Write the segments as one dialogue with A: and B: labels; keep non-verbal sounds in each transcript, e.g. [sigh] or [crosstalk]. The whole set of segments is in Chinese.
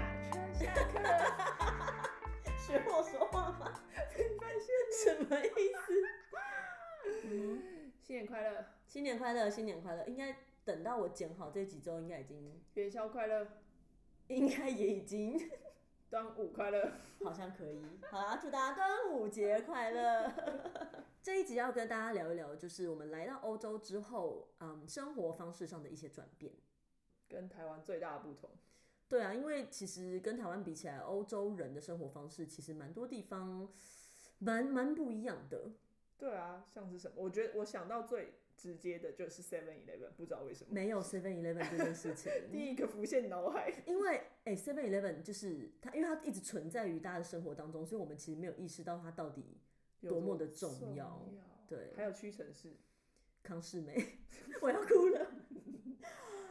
A: 下课。
B: [laughs] 学我说话吗？
A: 什么意思？新年快乐，
B: 嗯新年快乐，新年快乐！应该等到我剪好这几周，应该已经，
A: 元宵快乐，
B: 应该也已经，
A: 端午快乐。
B: 好像可以。好啦，祝大家端午节快乐！ [laughs] 这一集要跟大家聊一聊，就是我们来到欧洲之后，嗯，生活方式上的一些转变。
A: 跟台湾最大的不同，
B: 对啊，因为其实跟台湾比起来，欧洲人的生活方式其实蛮多地方蛮蛮不一样的。
A: 对啊，像是什么？我觉得我想到最直接的就是 Seven Eleven，不知道为什么，
B: 没有 Seven Eleven 这件事情，
A: [laughs] 第一个浮现脑海。
B: 因为哎，Seven Eleven 就是它，因为它一直存在于大家的生活当中，所以我们其实没有意识到它到底 [laughs] 多么的重要
A: 重要
B: 对
A: 还有屈臣氏，
B: 康世美， [laughs] 我要哭了。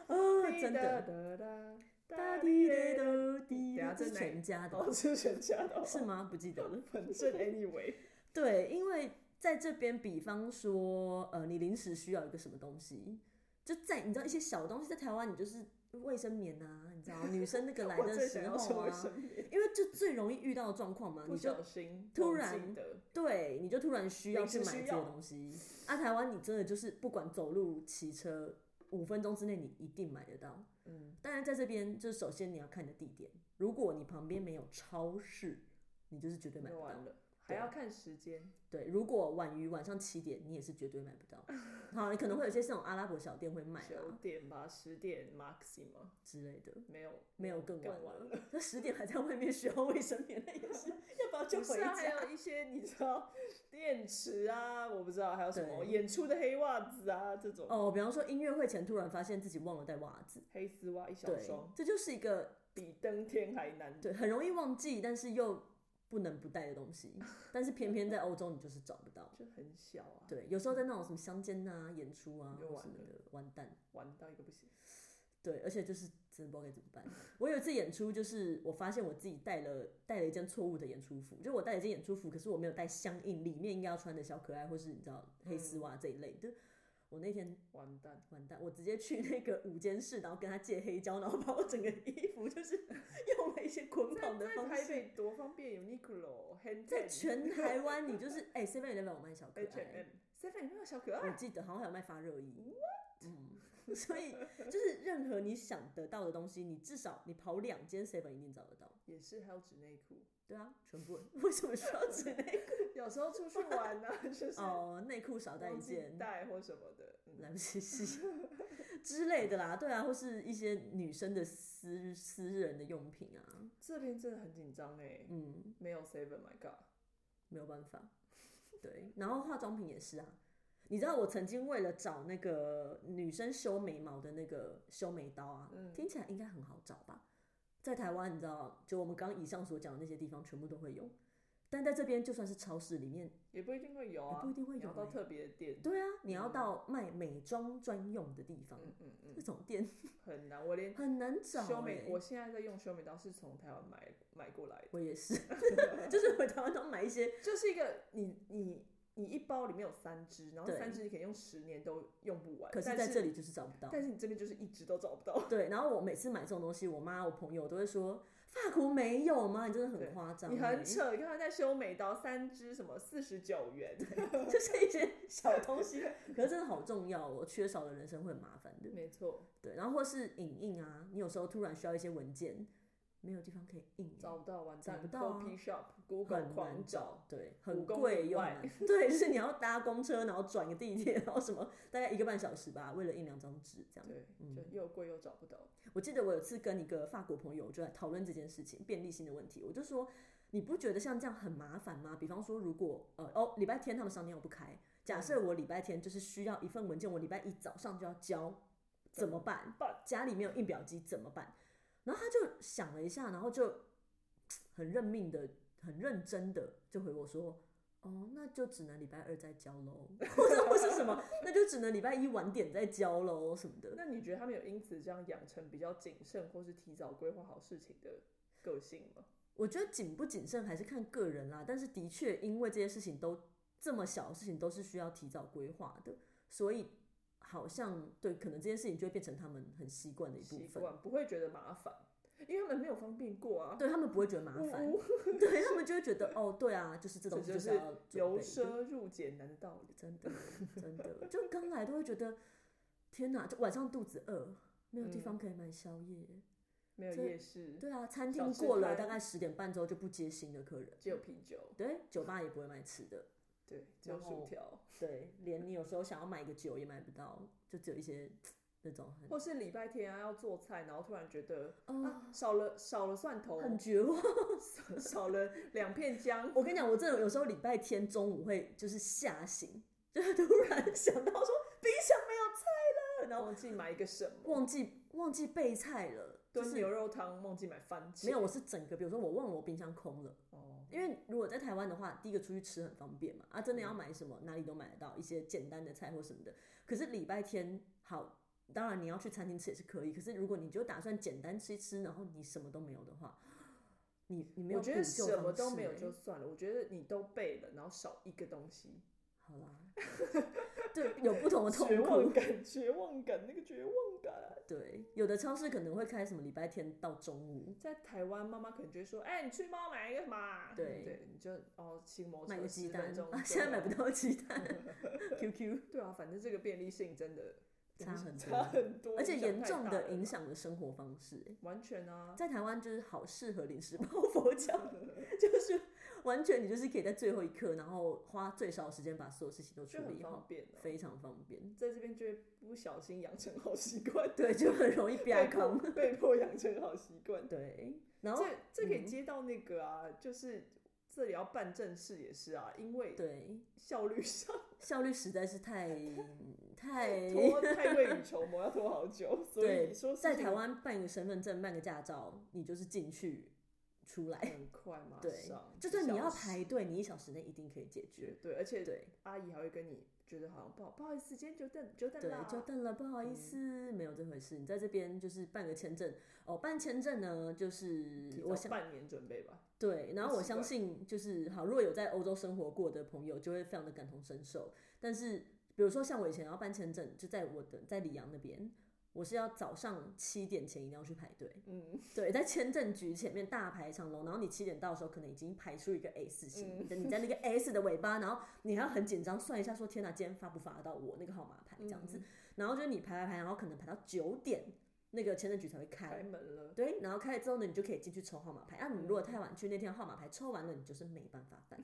B: 哦， [laughs] 真的，
A: 的。
B: 哒滴嘞哒滴
A: 等
B: 嘞
A: 下，
B: 这是
A: 这哪
B: 全家的
A: 哦，是全家的哦，
B: 是吗？不记
A: [laughs]
B: 得了。
A: 反正欸 anyway，
B: 对，因为在这边，比方说，呃，你临时需要一个什么东西，就在你知道一些小东西，在台湾你就是卫生棉啊，你知道女生那个来
A: 我
B: 的
A: 最
B: 时
A: 想要
B: 候
A: 说卫
B: 啊，
A: 生棉，
B: 因为就最容易遇到的状况嘛，
A: 不
B: 你就
A: 小心
B: 突
A: 忘
B: 然
A: 记的，
B: 对，你就突然需要
A: 临
B: 去
A: 时
B: 买
A: 需
B: 这些
A: 要
B: 东西。啊，台湾你真的就是不管走路、骑车，五分钟之内你一定买得到。
A: 嗯，
B: 当然，在这边就是首先你要看你的地点，如果你旁边没有超市，你就是绝对买
A: 那
B: 不到
A: 完。了，还要看时间，
B: 对，如果晚于晚上七点，你也是绝对买
A: [laughs]
B: 不到。好，你可能会有些这种阿拉伯小店会卖
A: 九
B: 啦
A: 点吧，十点 maximum，
B: 之类的，
A: 没有
B: 没有更晚
A: 更晚了。 [laughs]
B: 了。那十点还在外面需要卫生棉，那也是要不要就
A: 就
B: 回
A: 是啊，还
B: 家？
A: 有一些你知道 [laughs] 电池啊，我不知道还有什么
B: 对
A: 演出的黑袜子啊这种，
B: 哦，比方说音乐会前突然发现自己忘了带袜子，
A: 黑丝袜一小
B: 对
A: 双，，
B: 这就是一个
A: 比登天还难。
B: 对，很容易忘记，但是又不能不带的东西，但是偏偏在欧洲你就是找不到。
A: 就很小啊，
B: 对，有时候在那种什么乡间啊、演出啊
A: 就
B: 或
A: 完
B: 什么
A: 了
B: 的，完蛋。
A: 玩到一个不行。
B: 对，而且就是真的不知道该怎么办。我有一次演出，就是我发现我自己带了带了一件错误的演出服，就我带了一件演出服，可是我没有带相应里面应该要穿的小可爱，或是你知道黑
A: 嗯
B: 丝袜这一类的。我那天
A: 完蛋，
B: 完蛋，我直接去那个午间室，然后跟他借黑胶，然后把我整个衣服就是 [laughs] 用了一些捆绑的
A: 在
B: 方
A: 台
B: 式。
A: 北多方便，有 Uniqlo、Hand
B: 在全台湾，你就是哎，seven eleven 有卖小可
A: H&M
B: 爱，、
A: Seven 有没有小可
B: 我
A: 爱？
B: 记得好像还有卖发热衣。嗯， [laughs] 所以就是任何你想得到的东西，你至少你跑两间 seven 一定找得到。
A: 也是，还有纸内裤。
B: 对啊，全部 [laughs] 人为什么需要纸内
A: 有时候出去玩 [laughs] 呢、啊，就是
B: 裤？哦，内裤少带
A: 忘
B: 一
A: 记
B: 件，
A: 带或什么的。嗯，
B: 来不及洗之类的啦。对啊，或是一些女生的私私人的用品啊，
A: 这边真的很紧张哎，
B: 嗯，
A: 没有 Seven，My God，
B: 没有办法。对，然后化妆品也是啊。你知道我曾经为了找那个女生修眉毛的那个修眉刀啊，
A: 嗯
B: 听起来应该很好找吧？在台湾，你知道，就我们刚刚以上所讲的那些地方，全部都会有。但在这边，就算是超市里面，
A: 也不一定会有
B: 也
A: 啊，
B: 不一定会有
A: 你要到
B: 欸
A: 特别的店。
B: 对啊，你要到卖美妆专用的地方，
A: 嗯嗯嗯，
B: 这种店
A: 很难，我连
B: 很难找、欸。
A: 修眉，我现在在用修眉刀是从台湾买买过来的，
B: 我
A: [laughs]
B: 也是，就是回台湾都买一些
A: 就是一个你你你一包里面有三支，然后
B: 对
A: 三支你可以用十年都用不完，
B: 可是
A: 但
B: 在这里就是找不到。
A: 但是你这边就是一直都找不
B: [laughs]
A: 到。
B: 对，然后我每次买这种东西，我妈、我朋友都会说：“法国没有吗？你真的
A: 对
B: 很夸张、欸
A: 你很
B: 扯，
A: 扯，你看他在修眉刀三支什么四十九
B: [laughs]
A: 元，
B: 就是一些小东西，可是真的好重要哦，缺少了人生会很麻烦的。
A: 没错，
B: 对，然后或是影印啊，你有时候突然需要一些文件，没有地方可以印耶，
A: 找不到完蛋
B: 找不到啊
A: Copy Shop Google
B: 很
A: 狂
B: 难
A: 找，
B: 找，对，
A: 五
B: 很
A: 公
B: 贵
A: 里
B: 又
A: 外
B: 很难，对，就是你要搭公车，然后转个地铁，然后什么，大概一个半小时吧，为了印两张纸这样。
A: 对，就又贵又找不到。
B: 我记得我有次跟一个法国朋友就在讨论这件事情便利性的问题，我就说你不觉得像这样很麻烦吗？比方说，如果呃哦礼拜天他们商店又不开，假设我礼拜天就是需要一份文件，我礼拜一早上就要交，怎么办？
A: 办
B: 家里没有印表机怎么办？然后他就想了一下，然后就很认命的、很认真的就回我说。哦，那就只能礼拜二再交 [laughs] 喽，或者或是什么，那就只能礼拜一晚点再交喽什么的。
A: 那你觉得他们有因此这样养成比较谨慎或是提早规划好事情的个性吗？
B: 我觉得谨不谨慎还是看个人啦，但是的确，因为这些事情都这么小的事情都是需要提早规划的，所以好像对，可能这件事情就会变成他们很习惯的一部
A: 习
B: 分。
A: 惯不会觉得麻烦，因为他们没有方便过啊。
B: 对他们不会觉得麻
A: 呜
B: 烦，
A: 呜，
B: 对他们就会觉得哦，对啊，就是这
A: 这
B: 种
A: 就
B: 就是
A: 是
B: 要
A: 由
B: 准备
A: 奢入俭难的道理。
B: 真的真的，就刚来都会觉得天哪，就晚上肚子饿，没有地
A: 嗯
B: 方可以买宵夜。
A: 没有
B: 这
A: 夜市，
B: 对啊，餐
A: 小
B: 厅
A: 吃
B: 过了
A: 摊
B: 大概十点半之后就不接新的客人，
A: 只有啤酒，
B: 对，酒吧也不会卖吃的，
A: 对，只有
B: 然
A: 薯
B: 后
A: 条，
B: 对，连你有时候想要买个酒也买不到，就只有一些那种很
A: 或是礼拜天啊要做菜，然后突然觉得
B: 哦
A: 啊少了少了蒜头，
B: 很绝望。
A: 少了两片姜，
B: 我跟你讲，我真的有时候礼拜天中午会就是吓醒，就是突然想到说冰箱没有菜了，然后
A: 忘记买一个什么，
B: 忘记忘记备菜了，就
A: 炖
B: 是
A: 牛肉汤忘记买番茄，
B: 没有，我是整个，比如说我忘了我冰箱空了。
A: 哦，
B: 因为如果在台湾的话，第一个出去吃很方便嘛，啊，真的要
A: 嗯
B: 买什么哪里都买得到，一些简单的菜或什么的。可是礼拜天好，当然你要去餐厅吃也是可以，可是如果你就打算简单吃一吃，然后你什么都没有的话，你你没有
A: 我
B: 补救
A: 觉得
B: 方式、欸，
A: 什么都没有就算了，我觉得你都备了，然后少一个东西，
B: 好啦。对，有不同的痛
A: 绝望
B: 苦。
A: 感，绝望感，那个绝望感。啊
B: 对，有的超市可能会开什么礼拜天到中午，
A: 在台湾，妈妈可能就会说：“哎、你去帮我买一个嘛。”
B: 对
A: 对，你就哦，骑摩托
B: 买
A: 车
B: 个鸡
A: 10
B: 蛋
A: 分钟
B: 啊，
A: 就
B: 现在
A: 有
B: 买不到
A: [laughs]
B: 鸡蛋，QQ
A: 对啊，反正这个便利性真的
B: [laughs] 差很
A: 差
B: 多，
A: 很多，
B: 而且
A: 影响
B: 严
A: 太
B: 重
A: 大了
B: 的影
A: 吧，
B: 响了生活方式、欸。
A: 完全啊，
B: 在台湾就是好适合临时抱
A: [laughs]
B: 佛脚，就是完全你就是可以在最后一刻，然后花最少的时间把所有事情都
A: 就
B: 处
A: 很
B: 理
A: 方
B: 好，
A: 便啊。
B: 非常方便。
A: 在这边就会不小心养成好习惯，
B: 对，就很容
A: [laughs]
B: 易变
A: 被
B: 空。
A: 迫被迫养成好习惯。
B: 对，然后
A: 这这可以
B: 嗯
A: 接到那个啊，就是这里要办正事也是啊，因为
B: 对
A: 效率上
B: 效率实在是
A: [laughs]
B: 太太
A: 拖太未雨绸缪，要拖好久，所以
B: 哎对
A: 说，事
B: 在
A: 情
B: 台湾办一个身份证、办个驾照，你就是进去
A: [laughs]
B: 出来。
A: 很快马
B: 哎对
A: 上，，
B: 就
A: 一
B: 算你
A: 小
B: 要
A: 时
B: 排队，你一小时内一定可以解决。
A: 对，而且
B: 对
A: 阿姨还会跟你觉得好像不好，不好意思，今天久等久等
B: 对
A: 啦，，嗯
B: 就等了，不好意思，没有这回事。你在这边就是办个签证哦，办签证呢，就是
A: 提
B: 我
A: 早
B: 想
A: 半年准备吧。
B: 对，然后我
A: 习惯
B: 相信就是好，如果有在欧洲生活过的朋友，就会非常的感同身受。但是比如说像我以前要办签证，就在我的在里昂那边，我是要早上七点前一定要去排队，
A: 嗯，
B: 对，在签证局前面大排长龙，然后你七点到的时候，可能已经排出一个 S 型，你在那个 S 的尾巴，然后你还要很紧张算一下说天哪，今天发不发得到我那个号码牌这样子。
A: 嗯
B: 然后就是你排排排，然后可能排到九点，那个签证局才会开。
A: 开门了，
B: 对，然后开了之后呢，你就可以进去抽号码牌。啊那、你
A: 嗯
B: 如果太晚去，那天号码牌抽完了，你就是没办法
A: [laughs]
B: 办。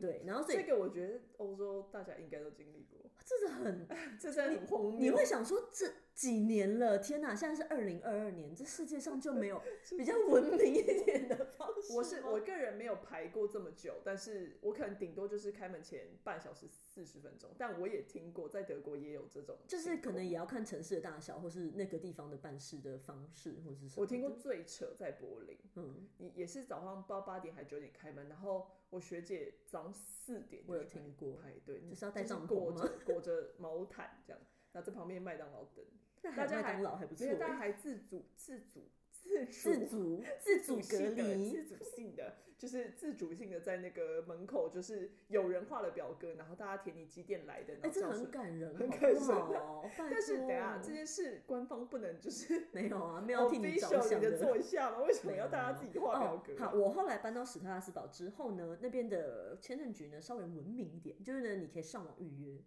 B: 对，然后所
A: 这
B: 以
A: 个我觉得欧洲大家应该都经历
B: [laughs]
A: 过，
B: 这是很，
A: 这真的很荒
B: 你
A: 谬。
B: 会想说这几年了，天哪，现在是二零二二年，这世界上就没有
A: 是
B: 比较文明一点的 [laughs] 方式吗。
A: 我是我个人没有排过这么久，但是我可能顶多就是开门前半小时四十分钟，但我也听过，在德国也有这种情况，
B: 就是可能也要看城市的大小，或是那个地方的办事的方式，或是什么的。
A: 我听过最扯在柏林，
B: 嗯，
A: 你也是早上八八点还九点开门，然后我学姐早上四点
B: 我有
A: 就去排
B: 听过
A: 排队，
B: 就是要带帐篷
A: 裹
B: 吗
A: 着裹着毛毯这样，然后在旁边麦当劳等，
B: 那
A: 大
B: 还
A: 家
B: 麦
A: 还
B: 当劳还不错
A: 没有大家
B: 欸，
A: 还自主自主自主
B: 自
A: [laughs]
B: 主自主
A: 性
B: 隔
A: 的
B: 离，
A: 自主性的，就是自主性的在那个门口，就是有人画了表格，然后大家填你几点来的，
B: 哎，
A: 然后
B: 这
A: 照
B: 很
A: 顺。
B: 感人，
A: 很
B: 好
A: 感
B: 不
A: 人
B: 好？
A: [laughs] 但
B: 但
A: 是等一下这件事官方不能就是
B: [laughs] 没有啊，没有替你着
A: official
B: 想
A: 你的做一下吗？为什么
B: 没有
A: 要大家
B: 啊
A: 自己画表格？
B: 哦。好，我后来搬到史特拉斯堡之后呢，那边的签证局呢稍微文明一点，就是呢你可以上网预约，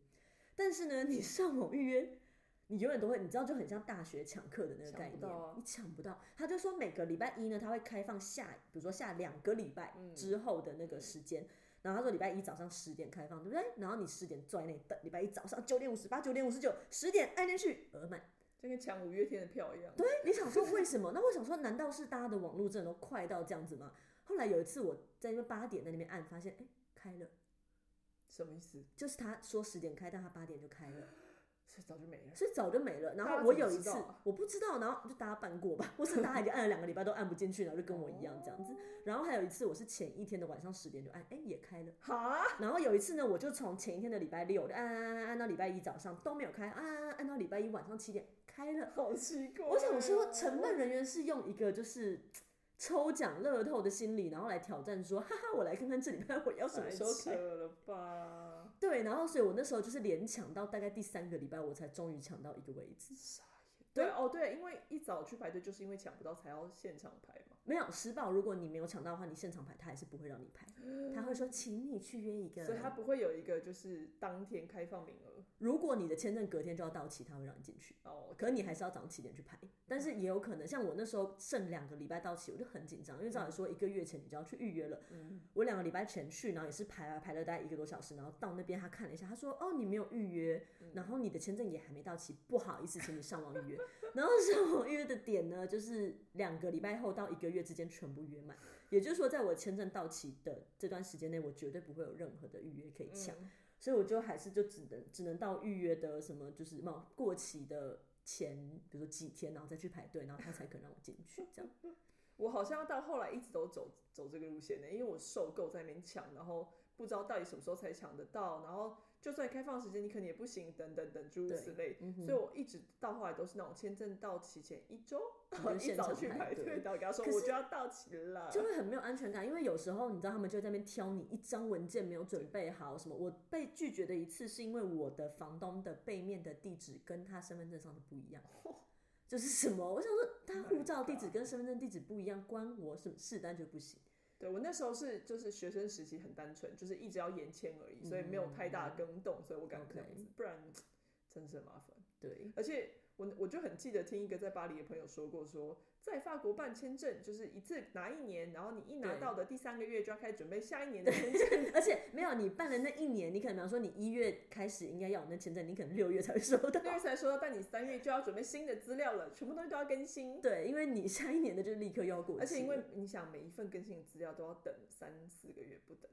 B: 但是呢你上网预约。你永远都会，你知道，就很像大学抢课的那个
A: 抢
B: 概
A: 不
B: 念，
A: 到啊
B: 你抢不到。他就说每个礼拜一呢，他会开放下，比如说下两个礼拜
A: 嗯
B: 之后的那个时间。然后他说礼拜一早上十点开放，对不对？然后你十点坐在那里等，礼拜一早上九点五十八、九点五十九、十点按进去额满。
A: 就跟抢五月天的票一样。
B: 对，你想说为什么？那我想说，难道是大家的网络真的都快到这样子吗？后来有一次我在那边八点在那边按，发现哎、诶开了，
A: 什么意思？
B: 就是他说十点开，但他八点就开了，
A: 是早就没了。
B: 所以早就没了。然
A: 大家
B: 后我
A: 怎么
B: 有一
A: 知
B: 次
A: 道啊
B: 我不知道，然后就大家办过吧，或是大家已经按了两个礼拜都按不进去，然后就跟我一样这样子。然后还有一次我是前一天的晚上十点就按，哎、也开了。
A: 哈，
B: 然后有一次呢，我就从前一天的礼拜六就按按按按按到礼拜一早上都没有开，按按按按到礼拜一晚上七点开了。
A: 好奇怪哦。
B: 我想说，承办人员是用一个就是抽奖乐透的心理，然后来挑战说，哈哈，我来看看这礼拜我要什么
A: 太
B: 时候
A: 扯
B: 开。
A: 了吧？
B: 对，然后所以我那时候就是连抢到大概第三个礼拜，我才终于抢到一个位置。
A: 傻眼。对哦，对，因为一早去排队就是因为抢不到才要现场排嘛。
B: 没有时报，如果你没有抢到的话，你现场排他也是不会让你排，他会说请你去约一个。
A: 嗯所以它不会有一个就是当天开放名额
B: 如果你的签证隔天就要到期，他会让你进去。
A: 哦，
B: 可你还是要早上七点去排，但是也有可能，像我那时候剩两个礼拜到期，我就很紧张，因为照理说一个月前你就要去预约了。
A: 嗯
B: 我两个礼拜前去，然后也是排啊排了大概一个多小时，然后到那边他看了一下，他说：“哦，你没有预约，然后你的签证也还没到期，不好意思，请你上网预约。” [laughs] 然后上网预约的点呢，就是两个礼拜后到一个月之间全部约满，也就是说，在我签证到期的这段时间内，我绝对不会有任何的预约可以抢。
A: 嗯
B: 所以我就还是就只能只能到预约的什么就是嘛过期的前，比如说几天，然后再去排队，然后他才肯让我进去。这样
A: 我好像到后来一直都走走这个路线的，因为我受够在那边抢，然后不知道到底什么时候才抢得到，然后就算开放时间你可能也不行，等等等诸如此类。
B: 嗯
A: 所以我一直到后来都是那种签证到期前一周， [laughs] 然后
B: 就
A: 一
B: 现
A: 早
B: 场
A: 去
B: 排
A: 排
B: 队
A: 队，然后跟他说
B: 可是
A: 我就要到期了。
B: 就会很没有安全感，因为有时候你知道他们就在那边挑你一张文件没有准备好什么。我被拒绝的一次是因为我的房东的背面的地址跟他身份证上的不
A: [laughs]
B: 一样。就是什么？我想说，他
A: My
B: 护照地址
A: God
B: 跟身份证地址不一样，关我什么事？但就不行。
A: 对我那时候是就是学生时期很单纯，就是一直要延签而已，所以没有太大的更动，所以我敢这样子
B: 嗯 OK
A: 不然真是很麻烦。
B: 对，
A: 而且我我就很记得听一个在巴黎的朋友说过说，在法国办签证就是一次拿一年，然后你一拿
B: 对
A: 到的第三个月就要开始准备下一年的签证。
B: 而且没有你办了那一年，你可能比方说你一月开始应该要有那签证，你可能六月才会收到。
A: 六月才说，但你三月就要准备新的资料了，全部东西都要更新。
B: [laughs] 对，因为你下一年的就立刻又要过期了，
A: 而且因为你想，每一份更新的资料都要等三四个月不等，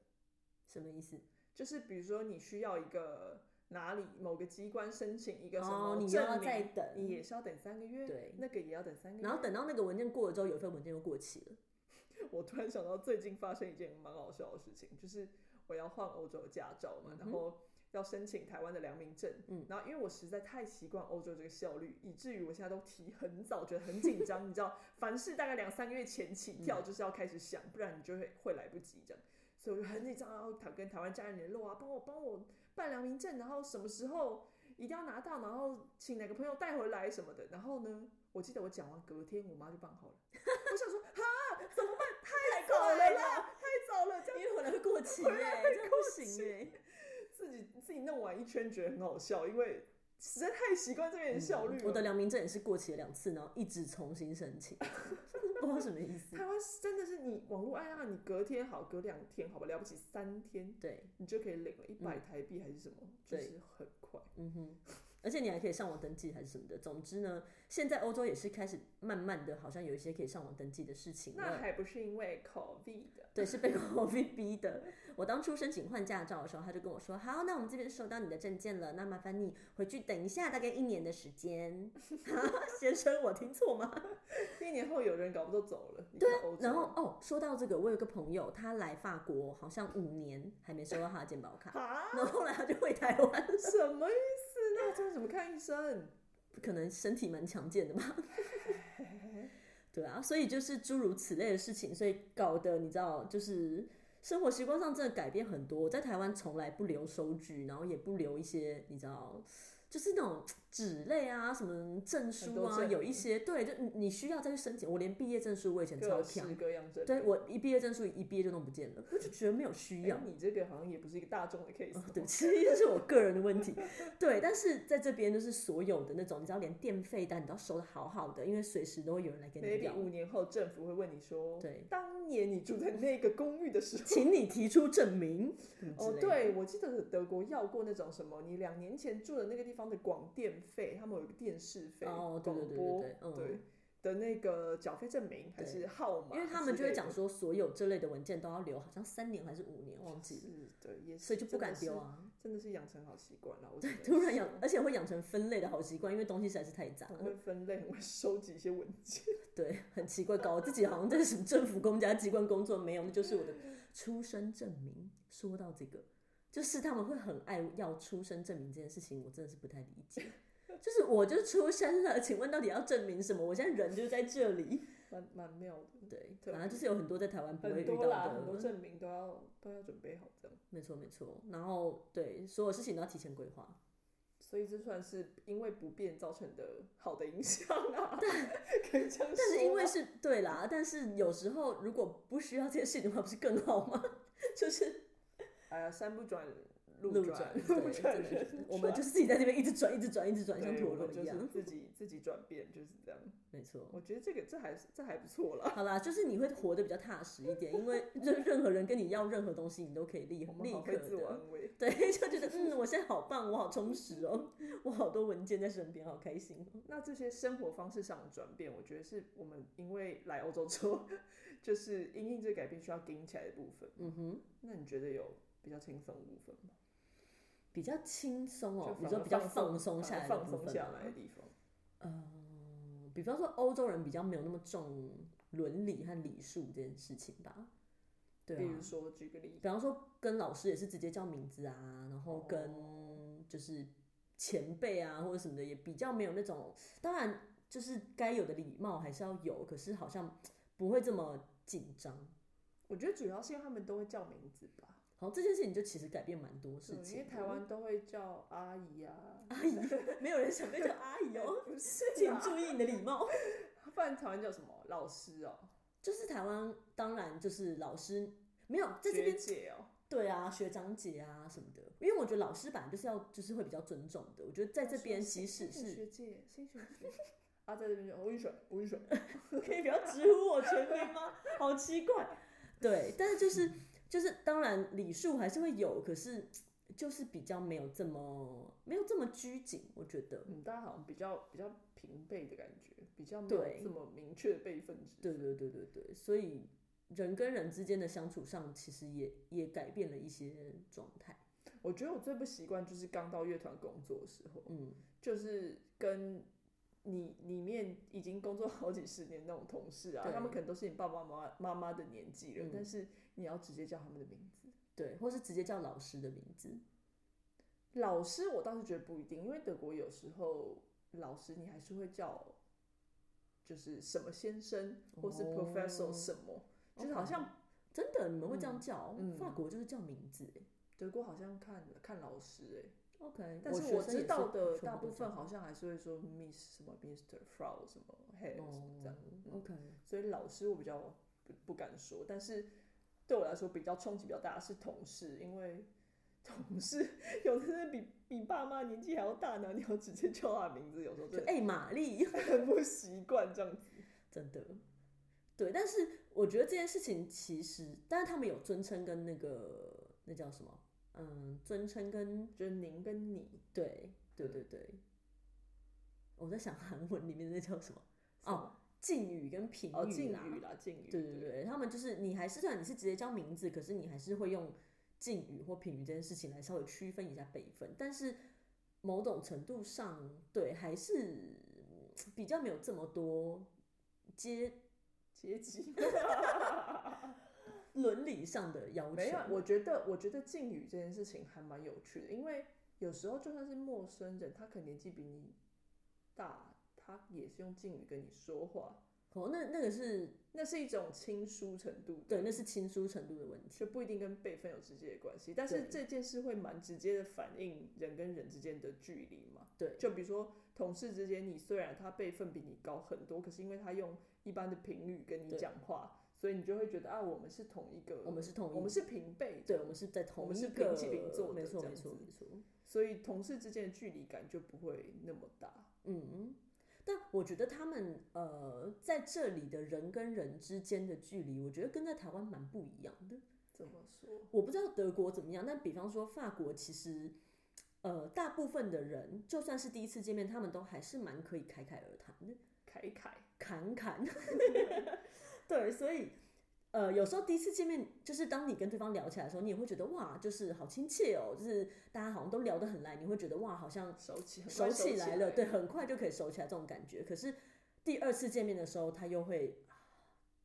B: 什么意思？
A: 就是比如说你需要一个哪里某个机关申请一个什
B: 哦
A: 么，
B: 你又要
A: 证
B: 再
A: 明，
B: 等，
A: 你也是要等三个月，
B: 对
A: 那个也要等三个月。
B: 然后等到那个文件过了之后，有一份文件又过期了。
A: 我突然想到最近发生一件蛮好笑的事情，就是我要换欧洲的驾照嘛，
B: 嗯哼
A: 然后要申请台湾的良民证，
B: 嗯
A: 然后因为我实在太习惯欧洲这个效率，以至于我现在都提很早，觉得很紧
B: [laughs]
A: 张，你知道，凡事大概两三个月前起跳就是要开始想，不然你就会会来不及这样。所以我就很紧张，然后台跟台湾家人联络啊，帮我帮我办良民证，然后什么时候一定要拿到，然后请哪个朋友带回来什么的。然后呢，我记得我讲完隔天，我妈就办
B: [laughs]
A: 好了。我想说啊，怎么办？太
B: 早
A: 早
B: 了
A: 了啦， [laughs] 太早了，这样
B: 因为回来会过期
A: [laughs]
B: 耶，这样不行耶。
A: 自己自己弄完一圈，觉得很好笑，因为实在太习惯这边的效率了。
B: 嗯
A: 哦
B: 我的良民证也是过期了两次，然后一直重新
A: [laughs]
B: 申请，不知道什么意思。
A: 台湾是真的是你网络按按，你隔天好，隔两天好吧，了不起三天
B: 对，
A: 你就可以领了一百台币还是什么，就
B: 嗯对
A: 是很快。
B: 嗯哼，而且你还可以上网登记还是什么的。总之呢，现在欧洲也是开始慢慢的，好像有一些可以上网登记的事情
A: 那
B: 了。
A: 还不是因为 COVID 的。
B: 对，是被 [laughs] COVID 逼的。我当初申请换驾照的时候，他就跟我说：“好，那我们这边收到你的证件了，那麻烦你回去等一下，大概一年的时
A: [laughs]
B: 间。” [laughs] 先生，我听错吗？
A: 一年后有人搞不都走了，对
B: 然后哦，说到这个，我有个朋友，他来法国好像五年还没收到他的健保卡，
A: 啊，
B: 然后后来他就回台湾，
A: 什么意思？那我这样怎么看医生？
B: 可能身体蛮强健
A: [laughs]
B: 的吧。对啊，所以就是诸如此类的事情，所以搞得你知道，就是生活习惯上真的改变很多。我在台湾从来不留收据，然后也不留一些你知道，就是那种纸类啊、什么证书
A: 多
B: 啊，
A: 证
B: 有
A: 明
B: 一些对，就你你需要再去申请。我连毕业证书我以前
A: 各
B: 超
A: 式
B: 强，
A: 各样症。
B: 对我一毕业证书一毕业就弄不见了，我就觉得没有需要嗯
A: 哎，。你这个好像也不是一个大众的 case 哦。
B: 对，其实这是我个人的问题。对，但是在这边就是所有的那种，你知道，连电费单你都要收的好好的，因为随时都会有人来跟你
A: maybe
B: 要。
A: 五年后政府会问你说，
B: 对，
A: 当年你住在那个公寓的时候。
B: 请你提出证明。什么
A: 哦，
B: 之类的，
A: 对，我记得德国要过那种什么，你两年前住的那个地方的广电费，他们有一个电视费，
B: 哦对
A: 广
B: 对对
A: 播
B: 对对嗯
A: 的那个缴费证明还是号码之类的，
B: 因为他们就会讲说，所有这类的文件都要留，好像三年还是五年，忘记了，
A: 是，对，也是，
B: 所以就不敢
A: 真
B: 丢
A: 的
B: 啊。
A: 是，真的是养成好习惯了。我
B: [laughs]
A: 对
B: 突然养，而且会养成分类的好习惯，因为东西实在是太杂
A: 很
B: 了。
A: 会分类，很会收集一些文件。
B: 对， [laughs] 很奇怪，搞得自己好像在什么政府公家机关工作，没有，那就是我的
A: 嗯
B: 出生证明。说到这个，就是他们会很爱要出生证明这件事情，我真的是不太理解。就是我就出生了，请问到底要证明什么？我现在人就是在这里。
A: 蛮蛮妙的，
B: 对，
A: 特
B: 反正就是有很多在台湾不会
A: 很
B: 遇到
A: 多啦，很多
B: 的，嗯
A: 证明都要都要准备好这样。
B: 没错没错。然后对，所有事情都要提前规划。
A: 所以这算是因为不便造成的好的影响啊，可以这样说吗。
B: 但是因为是对啦，但是有时候如果不需要这些事情的话，不是更好吗？ [laughs] 就是
A: 哎呀，山不转
B: 路
A: 路
B: 转，
A: [laughs] 转，
B: 对，
A: 不
B: 真的
A: 转人
B: 是
A: 转，
B: 我们就是自己在那边一直转，一直转，一直转，像
A: 对
B: 陀
A: 我们
B: 螺
A: 就
B: 一
A: 是
B: 样，
A: 自己自己转变就是这样。[laughs]
B: 没错。
A: 我觉得这个这还是这还不错啦。
B: 好啦，就是你会活得比较踏实一点，因
A: [laughs]
B: 为任任何人跟你要任何东西，你都可以立
A: 我们
B: 立
A: 好
B: 刻
A: 会自我
B: 的，
A: 安慰，
B: 对， [laughs] 就觉得嗯，
A: [laughs]
B: 我现在好棒，我好充实哦，我好多文件在身边，好开心哦。
A: 那这些生活方式上的转变，我觉得是我们因为来欧洲之后， [laughs] 就是因应这个改变需要顶起来的部分。
B: 嗯哼，
A: 那你觉得有比较轻松的部分吗？
B: 比较轻松
A: 就
B: 哦，
A: 反
B: 你
A: 而
B: 说比较
A: 放
B: 放松
A: 反
B: 下
A: 而
B: 来的
A: 放
B: 部
A: 松
B: 分
A: 下
B: 吗
A: 来的地方。
B: 嗯比方说欧洲人比较没有那么重伦理和礼数这件事情吧，对
A: 比
B: 啊
A: 如，说，举个例
B: 比
A: 子，
B: 方说跟老师也是直接叫名字啊，然后
A: 哦
B: 跟就是前辈啊或者什么的也比较没有那种，当然就是该有的礼貌还是要有，可是好像不会这么紧张。
A: 我觉得主要是因为他们都会叫名字吧。
B: 好，这件事情就其实改变蛮多
A: 对
B: 事，
A: 因
B: 情
A: 为
B: 的。
A: 台湾都会叫阿姨啊，
B: 阿姨， [laughs] 没有人想被叫阿姨哦，
A: [laughs] 不是啊
B: 请
A: 啦，
B: 注意你的礼貌。 [laughs]
A: 不然台湾叫什么老师哦，
B: 就是台湾，当然就是老师没有在这
A: 学
B: 边
A: 姐哦，
B: 对啊，学长姐啊什么的，因为我觉得老师版就是要就是会比较尊重的。我觉得在这边即使
A: 新
B: 是
A: 学姐，新学姐， [laughs] 啊，在这边就我晕水，我晕水，
B: 可以不要直呼我全名吗？ [laughs] 好奇怪。对，但是就是就是当然礼数还是会有，可是就是比较没有这么没有这么拘谨，我觉得。
A: 嗯，大家好像比较比较平辈的感觉，比较没有
B: 对
A: 这么明确的辈分制。
B: 对对对对对，所以人跟人之间的相处上，其实也也改变了一些状态。
A: 我觉得我最不习惯就是刚到乐团工作的时候，
B: 嗯，
A: 就是跟你里面已经工作好几十年那种同事啊，
B: 对
A: 他们可能都是你爸爸妈妈妈妈的年纪了，
B: 嗯
A: 但是你要直接叫他们的名字。
B: 对，或是直接叫老师的名字。
A: 老师我倒是觉得不一定，因为德国有时候老师你还是会叫，就是什么先生或是
B: 哦
A: professor 什么，就是好像
B: 真的，你们会这样叫哦？
A: 嗯
B: 法国就是叫名字、欸
A: 德国好像看看老师哎、
B: OK，
A: 但是
B: 学
A: 我
B: 生也
A: 知道的
B: 全部
A: 大
B: 都
A: 部
B: 这
A: 分
B: 样
A: 好像还是会说 Miss 什么 Mister Frau 什么 Herr 什么这样，
B: 哦 OK，
A: 所以老师我比较不不敢说，但是对我来说比较冲击比较大的是同事，因为同事 [laughs] 有的是比比爸妈年纪还要大呢，你要直接叫他的名字，有时候
B: 就
A: 真的
B: 哎、玛丽，
A: 很不习惯这样子。
B: 真的，对。但是我觉得这件事情其实，但是他们有尊称跟那个那叫什么，嗯，尊称跟
A: 就是您跟你
B: 对对
A: 嗯
B: 对对。我在想韩文里面那叫什么哦
A: 是吗
B: 敬语跟评
A: 哦
B: 语
A: 敬
B: 啦，
A: 语啦，敬语
B: 对对对，他们就是你还是算你是直接叫名字，可是你还是会用敬语或品语这件事情来稍微区分一下辈分，但是某种程度上，对还是嗯比较没有这么多接
A: 阶 [laughs] 级
B: 伦理上的要求。
A: 没有，我觉得我觉得敬语这件事情还蛮有趣的，因为有时候就算是陌生人，他可能年纪比你大，他也是用敬语跟你说话，
B: 哦，那那个是
A: 那是一种亲疏程度的
B: 对，那是亲疏程度的问题。
A: 就不一定跟辈分有直接的关系，但是
B: 对
A: 这件事会蛮直接的反映人跟人之间的距离嘛。
B: 对
A: 就比如说同事之间，你虽然他辈分比你高很多，可是因为他用一般的评语跟你
B: 对
A: 讲话，所以你就会觉得啊，我们是同一个，
B: 我们是同一，
A: 我们是平辈，
B: 对，我们是在
A: 我
B: 同
A: 们
B: 一
A: 是
B: 个
A: 平起平坐的
B: 没错
A: 这
B: 没
A: 样
B: 错
A: 子
B: 没错。
A: 所以同事之间的距离感就不会那么大。
B: 嗯，但我觉得他们呃，在这里的人跟人之间的距离，我觉得跟在台湾蛮不一样的。
A: 怎么说？
B: 我不知道德国怎么样，但比方说法国，其实呃，大部分的人就算是第一次见面，他们都还是蛮可以侃侃而谈的，
A: 凯凯，
B: 侃侃。 [laughs] 对，所以。呃，有时候第一次见面，就是当你跟对方聊起来的时候，你也会觉得哇，就是好亲切哦，就是大家好像都聊得很来，你会觉得哇，好像
A: 手起很快
B: 熟起来了，对，
A: 了
B: 很快就可以熟起来这种感觉。可是第二次见面的时候，他又会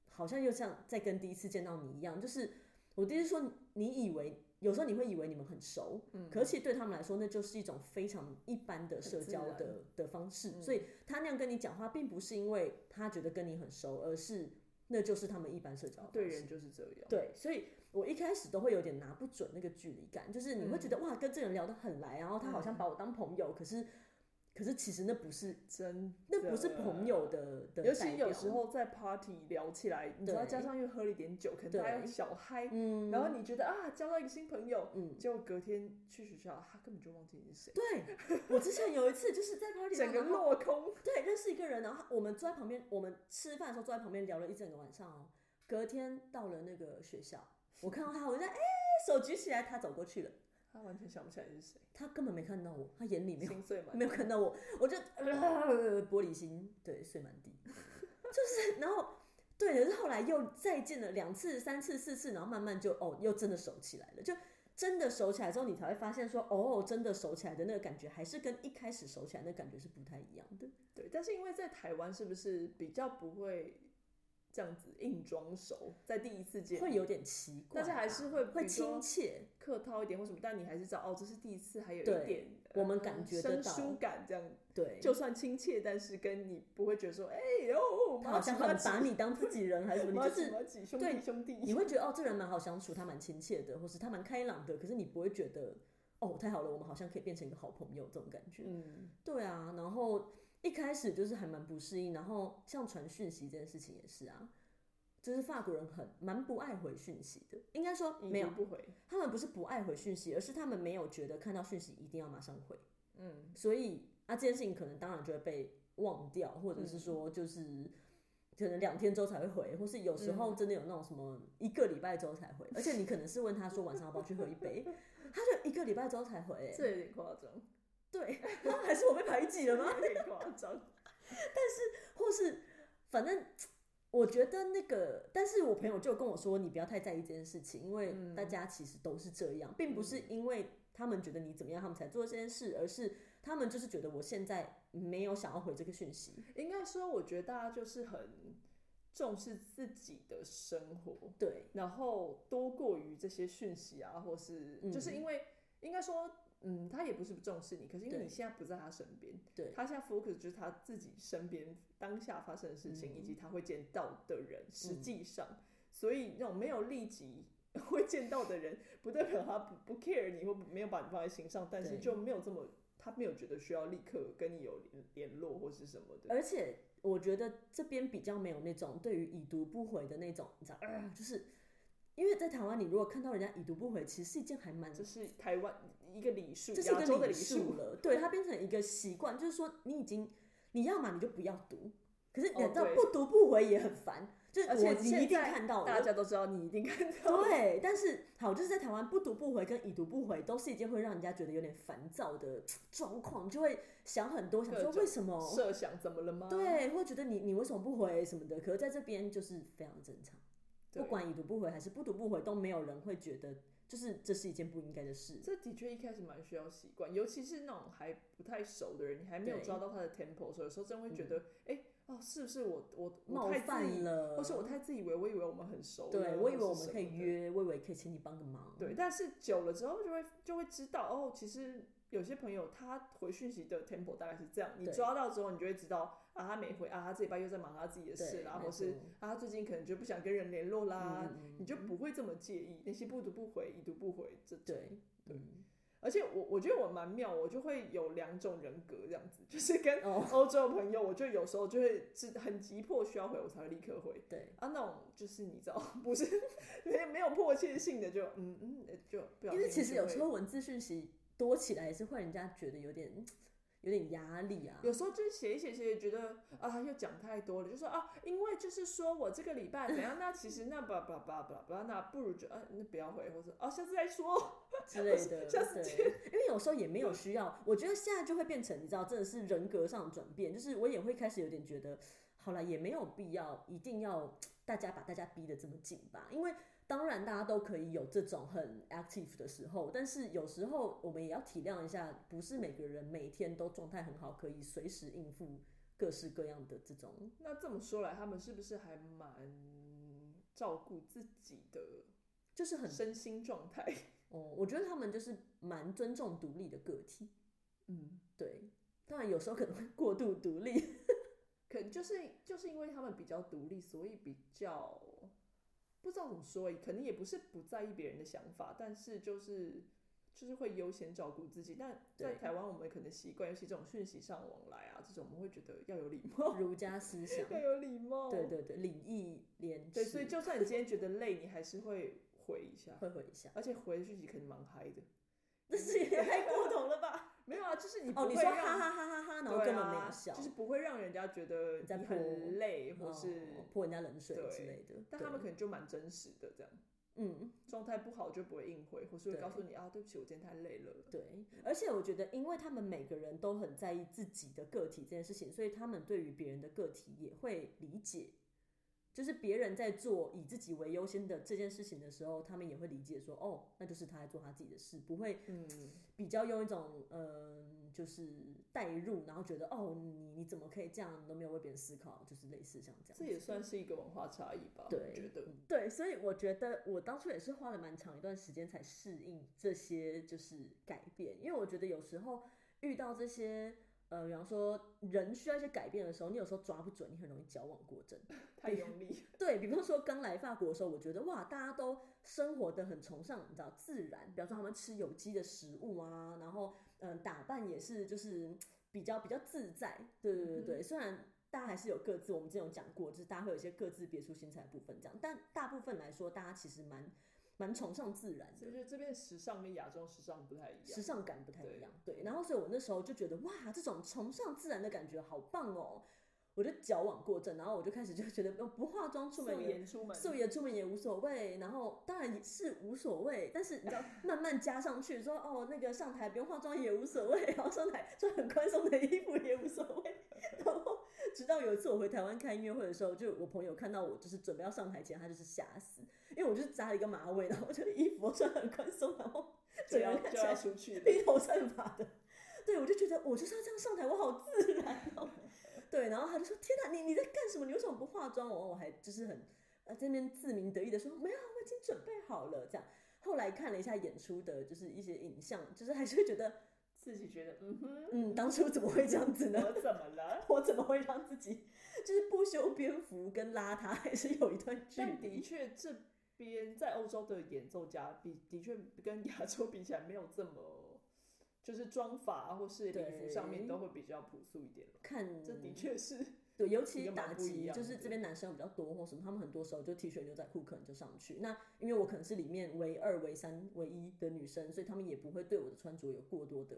B: 好像又像在跟第一次见到你一样，就是我第一次说，你以为有时候你会以为你们很熟，
A: 嗯
B: 可其实对他们来说，那就是一种非常一般的社交
A: 很自然
B: 的的方式。
A: 嗯
B: 所以他那样跟你讲话，并不是因为他觉得跟你很熟，而是那就是他们一般社交的
A: 对
B: 方式
A: 人就是这样。
B: 对，所以我一开始都会有点拿不准那个距离感，就是你会
A: 嗯
B: 觉得、哇，跟这个人聊得很来，然后他好像把我当朋友，可是可是其实那不是
A: 真
B: 那不是朋友
A: 的。
B: 的的，
A: 啊尤其有时，候在 party 聊起来，你知道，
B: 对
A: 加上又喝了一点酒，可能大家有
B: 对
A: 小嗨，
B: 嗯，
A: 然后你觉得啊，交到一个新朋友，
B: 嗯。
A: 结果隔天去学校，他根本就忘记你是谁，
B: 对，我之前有一次就是在 party 上
A: 整个
B: 然后
A: 落空。
B: 对，认识一个人，然后我们坐在旁边，我们吃饭的时候坐在旁边聊了一整个晚上哦。隔天到了那个学校，我看到他，我就在哎、手举起来，他走过去了，
A: [laughs] 他完全想不起来你是谁，
B: 他根本没看到我，他眼里没有
A: 心碎嘛？
B: 没有看到我，我就、呃、玻璃心，对，碎满地， [laughs] 就是然后对，可是后来又再见了两次、三次、四次，然后慢慢就哦，又真的熟起来了，就。真的熟起来之后，你才会发现说，哦，真的熟起来的那个感觉，还是跟一开始熟起来的感觉是不太一样的。
A: 对，但是因为在台湾是不是比较不会这样子硬装熟，在第一次见
B: 会
A: 面
B: 有点奇怪
A: 大
B: 吧，
A: 家还是会比
B: 会
A: 如
B: 亲
A: 说
B: 切，
A: 客套一点或什么，但你还是知道哦，这是第一次，还有一
B: 对
A: 点呃
B: 我们感觉得
A: 生
B: 到
A: 疏感这样，
B: 对，
A: 就算亲切，但是跟你不会觉得说哎呦，
B: 他好像很把你当自己人还是什么，
A: 妈
B: 你就
A: 几
B: 是
A: 妈几兄
B: 对
A: 弟兄弟，
B: 你会觉得哦，这人蛮好相处，他蛮亲切的，或是他蛮开朗的，可是你不会觉得哦，太好了，我们好像可以变成一个好朋友这种感觉。
A: 嗯，
B: 对啊，然后一开始就是还蛮不适应，然后像传讯息这件事情也是啊。就是法国人很蛮不爱回讯息的，应该说
A: 已
B: 没有
A: 读，不回，
B: 他们不是不爱回讯息，而是他们没有觉得看到讯息一定要马上回。
A: 嗯，
B: 所以啊，这件事情可能当然就会被忘掉，或者是说就是。可能两天之后才会回，或是有时候真的有那种什么一个礼拜之后才回，而且你可能是问他说晚上要不要去喝一杯，他就一个礼拜之后才回、欸，
A: 这有点夸张，
B: 对， [laughs] 还是我被排挤了吗？ [laughs]
A: [laughs] 有点夸张，
B: 或是反正我觉得那个，但是我朋友就跟我说，你不要太在意这件事情，因为
A: 嗯
B: 大家其实都是这样，并不是因为他们觉得你怎么样，他们才做这件事，而是他们就是觉得我现在没有想要回这个讯息，
A: 应该说，我觉得大家就是很重视自己的生活，
B: 对，
A: 然后多过于这些讯息啊，或是、
B: 嗯
A: 就是因为应该说，嗯，他也不是不重视你，可是因为
B: 对
A: 你现在不在他身边，
B: 对
A: 他现在 focus 就是他自己身边当下发生的事情，
B: 嗯
A: 以及他会见到的人，实际上，所以那种没有立即 [laughs] 会见到的人，不代表他不不 care 你或没有把你放在心上，但是
B: 对
A: 就没有这么。他没有觉得需要立刻跟你有联联络或是什么的，
B: 而且我觉得这边比较没有那种对于已读不回的那种，你知道，呃、就是因为在台湾，你如果看到人家已读不回，其实是一件还蛮，
A: 这
B: 这
A: 是台湾一个礼数，
B: 是一
A: 亚洲
B: 个
A: 的
B: 礼
A: 礼
B: 数了，对，它变成一个习惯，就是说你已经你要嘛你就不要读，可是你
A: 哦
B: 知道
A: 对
B: 不读不回也很烦，就是
A: 而
B: 我
A: 且
B: 你
A: 现
B: 一定
A: 在
B: 看到
A: 大
B: 我。
A: 家都知道你一定看到。
B: 对，但是好，就是在台湾不读不回跟已读不回都是一件会让人家觉得有点烦躁的状况，就会想很多，想
A: 各
B: 说
A: 种
B: 为什么
A: 设想怎么了吗？
B: 哦对，会觉得你你为什么不回什么的，可是在这边就是非常正常，
A: 对，
B: 不管已读不回还是不读不回，都没有人会觉得就是这是一件不应该的事。
A: 这的确一开始蛮需要习惯，尤其是那种还不太熟的人，你还没有
B: 对嗯
A: 抓到他的 tempo 的时候，有时候真会觉得，哎、哦，是不是我我
B: 冒
A: 我太自
B: 犯
A: 以，
B: 了，
A: 或是我太自以为，我以为我们很熟了，
B: 对我以为
A: 或
B: 我
A: 是
B: 们
A: 什
B: 可以
A: 么的，
B: 约，我以为可以请你帮个忙。
A: 对，但是久了之后就会就会知道，哦，其实有些朋友他回讯息的 tempo 大概是这样，你
B: 对
A: 抓到之后，你就会知道啊，他没回啊，他这礼拜又在忙他自己的
B: 对
A: 事啦，
B: 没
A: 或是
B: 错
A: 啊，他最近可能就不想跟人联络啦，
B: 嗯嗯
A: 你就不会这么介意那些不读不回、已读不回这种。
B: 对，
A: 对
B: 嗯
A: 而且我我觉得我蛮妙，我就会有两种人格这样子，就是跟
B: 哦
A: 欧洲的朋友，我就有时候就会是很急迫需要回，我才会立刻回。
B: 对，
A: 啊，那种就是你知道，不是 [laughs] 没有没有迫切性的就嗯嗯呃就不小
B: 因为
A: 心
B: 其实
A: 就
B: 有
A: 会
B: 时候文字讯息多起来也是会人家觉得有点有点压力啊。
A: 有时候就是写一写写，觉得啊又讲太多了，就说啊，因为就是说我这个礼拜怎样，那其实那吧吧吧吧吧，那不如就啊那不要回，或者哦、下次再说。
B: 之类的，
A: 下次
B: 对，因为有时候也没有需要，我觉得现在就会变成，你知道，真的是人格上的转变，就是我也会开始有点觉得，好了，也没有必要一定要大家把大家逼得这么紧吧，因为当然大家都可以有这种很 active 的时候，但是有时候我们也要体谅一下，不是每个人每天都状态很好，可以随时应付各式各样的这种，
A: 那这么说来，他们是不是还蛮照顾自己的
B: 就是很，
A: 身心状态？ [laughs]
B: 哦，我觉得他们就是蛮尊重独立的个体，
A: 嗯，
B: 对，当然有时候可能会过度独立。 [laughs]
A: 可能就就是就是因为他们比较独立，所以比较不知道怎么说欸，可能也不是不在意别人的想法，但是就是就是会优先照顾自己。但在
B: 对
A: 台湾，我们可能习惯，尤其这种讯息上往来啊，这种我们会觉得要有礼貌，
B: 儒家思想，
A: 要有礼貌。
B: 对对对，礼义廉
A: 对，
B: 耻，
A: 所以就算你今天觉得累，你还是会回一下，
B: 会回一下，
A: 而且回的讯息可能蛮嗨的。
B: 但是也太过头了吧？
A: 没有啊，就是你不
B: 哦，你
A: 会
B: 说
A: 让
B: 哈哈哈哈哈，然后
A: 对
B: 根本没
A: 啊
B: 有笑，
A: 就是不会让人家觉得
B: 你在
A: 你
B: 泼
A: 很累，或
B: 哦
A: 是、
B: 泼人家冷水
A: 对
B: 之类的。
A: 但他们可
B: 对
A: 能就蛮真实的这样。
B: 嗯，
A: 状态不好就不会硬回，或是会
B: 对
A: 告诉你啊，对不起，我今天太累了。
B: 对，而且我觉得，因为他们每个人都很在意自己的个体这件事情，所以他们对于别人的个体也会理解，就是别人在做以自己为优先的这件事情的时候，他们也会理解说，哦，那就是他在做他自己的事，不会
A: 嗯，
B: 比较用一种嗯、呃就是代入，然后觉得哦，你你怎么可以这样，你都没有为别人思考，就是类似像这样子，
A: 这也算是一个文化差异吧，
B: 对，
A: 我觉得。
B: 嗯对，所以我觉得我当初也是花了蛮长一段时间才适应这些就是改变，因为我觉得有时候遇到这些呃，比方说人需要一些改变的时候，你有时候抓不准，你很容易矫枉过
A: [laughs]
B: 正。
A: 太用力，
B: 对比方说刚来法国的时候，我觉得哇，大家都生活的很崇尚，你知道自然，比方说他们吃有机的食物啊，然后嗯，打扮也是就是嗯比较比较自在，对对对对，虽然。大家还是有各自，我们之前有讲过，就是大家会有一些各自别出心裁的部分，这样。但大部分来说，大家其实蛮蛮崇尚自然
A: 所以
B: 的，
A: 就这边时尚跟亚洲时尚不太一
B: 时
A: 样。
B: 尚感不太一
A: 对
B: 样。对，然后所以我那时候就觉得，哇，这种崇尚自然的感觉好棒哦！我就矫枉过正，然后我就开始就觉得，呃不化妆出门
A: 素
B: 也
A: 颜出门，
B: 素颜出门也无所谓，然后当然也是无所谓，但是
A: [laughs]
B: 你知道慢慢加上去说哦，那个上台不用化妆也无所谓，然后上台穿很宽松的衣服也无所谓，
A: [laughs]
B: 然后直到有一次我回台湾看音乐会的时候，就我朋友看到我就是准备要上台前，他就是吓死，因为我就是扎了一个马尾，然后我就衣服穿很宽松，然后
A: 就
B: 整个
A: 要
B: 人看
A: 就
B: 起
A: 要
B: 来
A: 出
B: [laughs]
A: 去了。
B: 披头散发的。对，我就觉得我就是要这样上台，我好自然哦。对，然后他就说：“天哪，你你在干什么？你为什么不化妆？”我我还就是很呃在那边自鸣得意的说：“没有，我已经准备好了。”这样，后来看了一下演出的，就是一些影像，就是还是会觉得，
A: 自己觉得，嗯哼，
B: [laughs] 嗯，当初怎么会这样子呢？ [laughs]
A: 我怎么了？
B: 我怎么会让自己就是不修边幅跟邋遢还是有一段距
A: 但的
B: 离？
A: 确，这边在欧洲的演奏家比的确跟亚洲比起来没有这么，就是妆法啊或是礼服上面
B: 对嗯
A: 都会比较朴素一点了。
B: 看
A: 这的确是，
B: 对，尤
A: 一
B: 其
A: 个蛮
B: 打
A: 不一
B: 击
A: 样
B: 就是
A: 的
B: 这边男生比较多或什么，他们很多时候就 T 恤牛仔裤可能就上去。那因为我可能是里面唯二、唯三、唯一的女生，所以他们也不会对我的穿着有过多的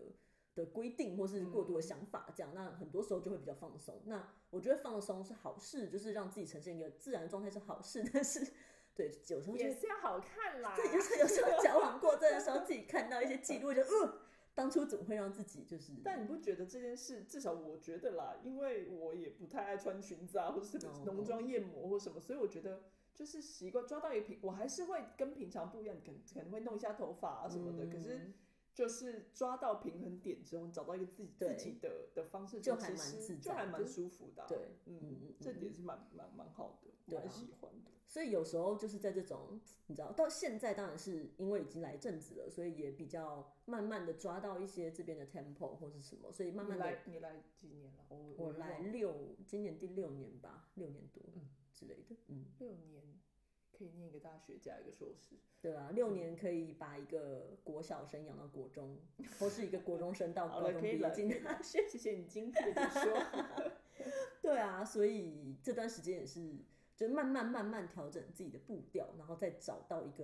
B: 的规定或是过多
A: 嗯
B: 的想法，这样、那很多时候就会比较放松。那我觉得放松是好事，就是让自己呈现一个自然的状态是好事，但是对有时候就
A: 也
B: 是
A: 是要好看啦。
B: 对，就是有时候矫枉过正的时候，自己看到一些记录，就呃，当初怎么会让自己就是
A: [laughs] 但你不觉得这件事，至少我觉得啦，因为我也不太爱穿裙子啊，或者什么
B: 哦
A: 浓妆艳抹或什么，所以我觉得就是习惯抓到一个平，我还是会跟平常不一样，可能可能会弄一下头发啊什么的，可是
B: 嗯
A: 就是抓到平衡点之后，你找到一个自己自
B: 对
A: 己的的方式，
B: 就还
A: 其
B: 蛮
A: 实
B: 自
A: 就
B: 在
A: 还蛮
B: 的
A: 舒服的啊、
B: 对
A: 嗯，
B: 嗯嗯
A: 这
B: 嗯
A: 点是蛮蛮蛮好的，我
B: 对
A: 蛮
B: 啊
A: 喜欢的。
B: 所以有时候就是在这种，你知道，到现在当然是因为已经来一阵子了，所以也比较慢慢的抓到一些这边的 tempo 或是什么，所以慢慢
A: 你
B: 的
A: 来你来几年了？我
B: 我
A: 忘
B: 来
A: 了
B: 六，今年第六年吧，六年多，
A: 嗯
B: 之类的，嗯，
A: 六年，可以念一个大学加一个硕士。
B: 对啊，
A: 嗯
B: 六年可以把一个国小生养到国中，或是一个国中生到
A: 好
B: 高
A: 了，
B: 中
A: 可以
B: 毕业
A: 了，
B: 进 [laughs]
A: 可以了 [laughs] 谢谢你今天的说。
B: 对啊，所以这段时间也是，就慢慢慢慢调整自己的步调，然后再找到一个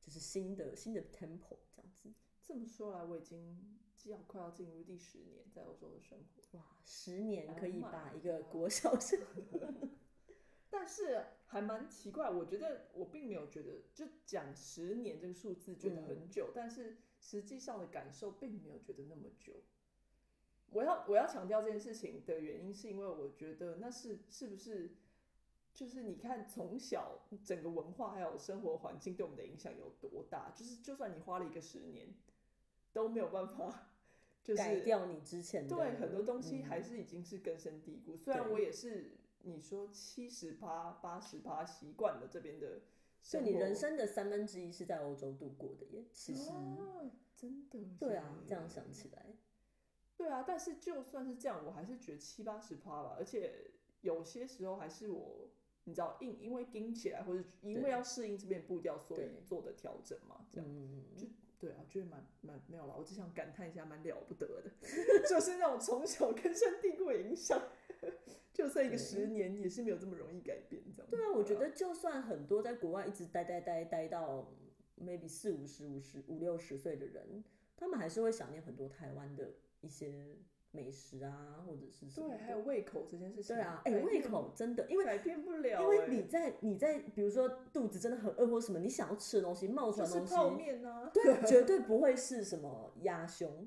B: 就是新的新的 tempo 这样子。
A: [laughs] 这么说来，我已经要快要进入第十年在欧洲的生活，
B: 哇，十年
A: Oh
B: 可以
A: my
B: 把一个
A: God
B: 国小生，
A: 但是还蛮奇怪，我觉得我并没有觉得，就讲十年这个数字觉得很久，但是实际上的感受并没有觉得那么久。我要我要强调这件事情的原因，是因为我觉得那是是不是就是你看从小整个文化还有生活环境对我们的影响有多大？就是就算你花了一个十年，都没有办法，就是
B: 改掉你之前的
A: 对，很多东西
B: 嗯
A: 还是已经是根深蒂固。虽然
B: 对
A: 我也是你说七十趴、八十趴习惯了这边的
B: 就
A: 生活，
B: 你人生的三分之一是在欧洲度过的耶。其实，
A: 啊真的
B: 对
A: 耶
B: 啊，这样想起来，
A: 对啊。但是就算是这样，我还是觉得七八十趴吧，而且。有些时候还是我，你知道，硬因为盯起来，或者因为要适应这边步调，所以
B: 对
A: 做的调整嘛，这样。
B: 嗯，
A: 对啊，觉得蛮蛮没有啦，我只想感叹一下，蛮了不得的， [laughs] 就是那种从小根深蒂固的影响， [laughs] 就算一个
B: 对
A: 十年也是没有这么容易改变，这样。
B: 对啊，我觉得就算很多在国外一直待待待待到 maybe 四五十、五十五六十岁的人，他们还是会想念很多台湾的一些美食啊，或者是什么
A: 对，
B: 的。
A: 还有胃口这件事情，
B: 对啊，哎、
A: 改
B: 胃
A: 变
B: 口真的，因为
A: 改变不了、
B: 因为
A: 哎
B: 你在你在比如说肚子真的很饿或什么，你想要吃的东西冒出
A: 就
B: 来的
A: 是
B: 东西，
A: 泡面啊，
B: 对， [laughs] 绝对不会是什么鸭 [laughs] 胸，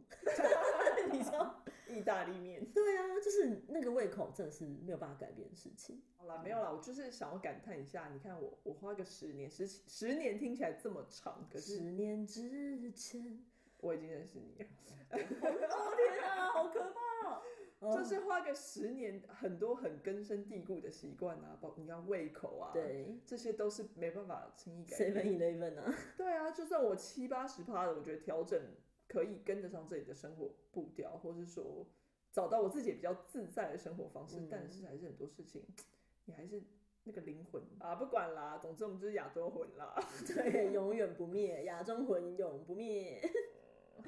B: 你知道？
A: 意大利面。
B: 对啊，就是那个胃口真的是没有办法改变的事情。
A: 好啦，没有啦，我就是想要感叹一下，你看我我花个十年十七十年听起来这么长，可
B: 十
A: 是
B: 年之前，
A: 我已经认识你了，
B: [laughs] 哦天啊，好可怕 [laughs] 哦！
A: 就
B: 哦
A: 是花个十年，很多很根深蒂固的习惯啊，包你看胃口
B: 哦
A: 啊，，
B: 对
A: 这些都是没办法轻易改变。
B: ，Seven Eleven [laughs] 啊，
A: 对啊，就算我七八十趴的，我觉得调整可以跟得上这里的生活步调，或是说找到我自己比较自在的生活方式，但
B: 嗯
A: 是还是很多事情，你还是那个灵魂啊，不管啦，总之我们就是亚洲魂啦。 [laughs]
B: 对，永远不灭，亚中魂永不灭。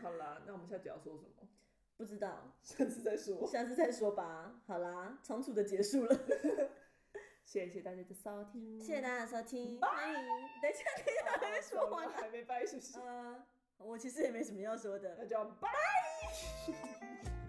A: 好啦，那我们下集要说什么？
B: 不知道，
A: 下次再说。
B: 下次再说吧。好啦，仓促的结束了，
A: 谢谢大家的收听，
B: 谢谢大家的收听，欢迎。等一下，等一
A: [laughs]
B: 下，还没说完
A: 我
B: 呢。
A: 还没拜，是不是？ [laughs]
B: 呃，我其实也没什么要说的
A: 那。就拜。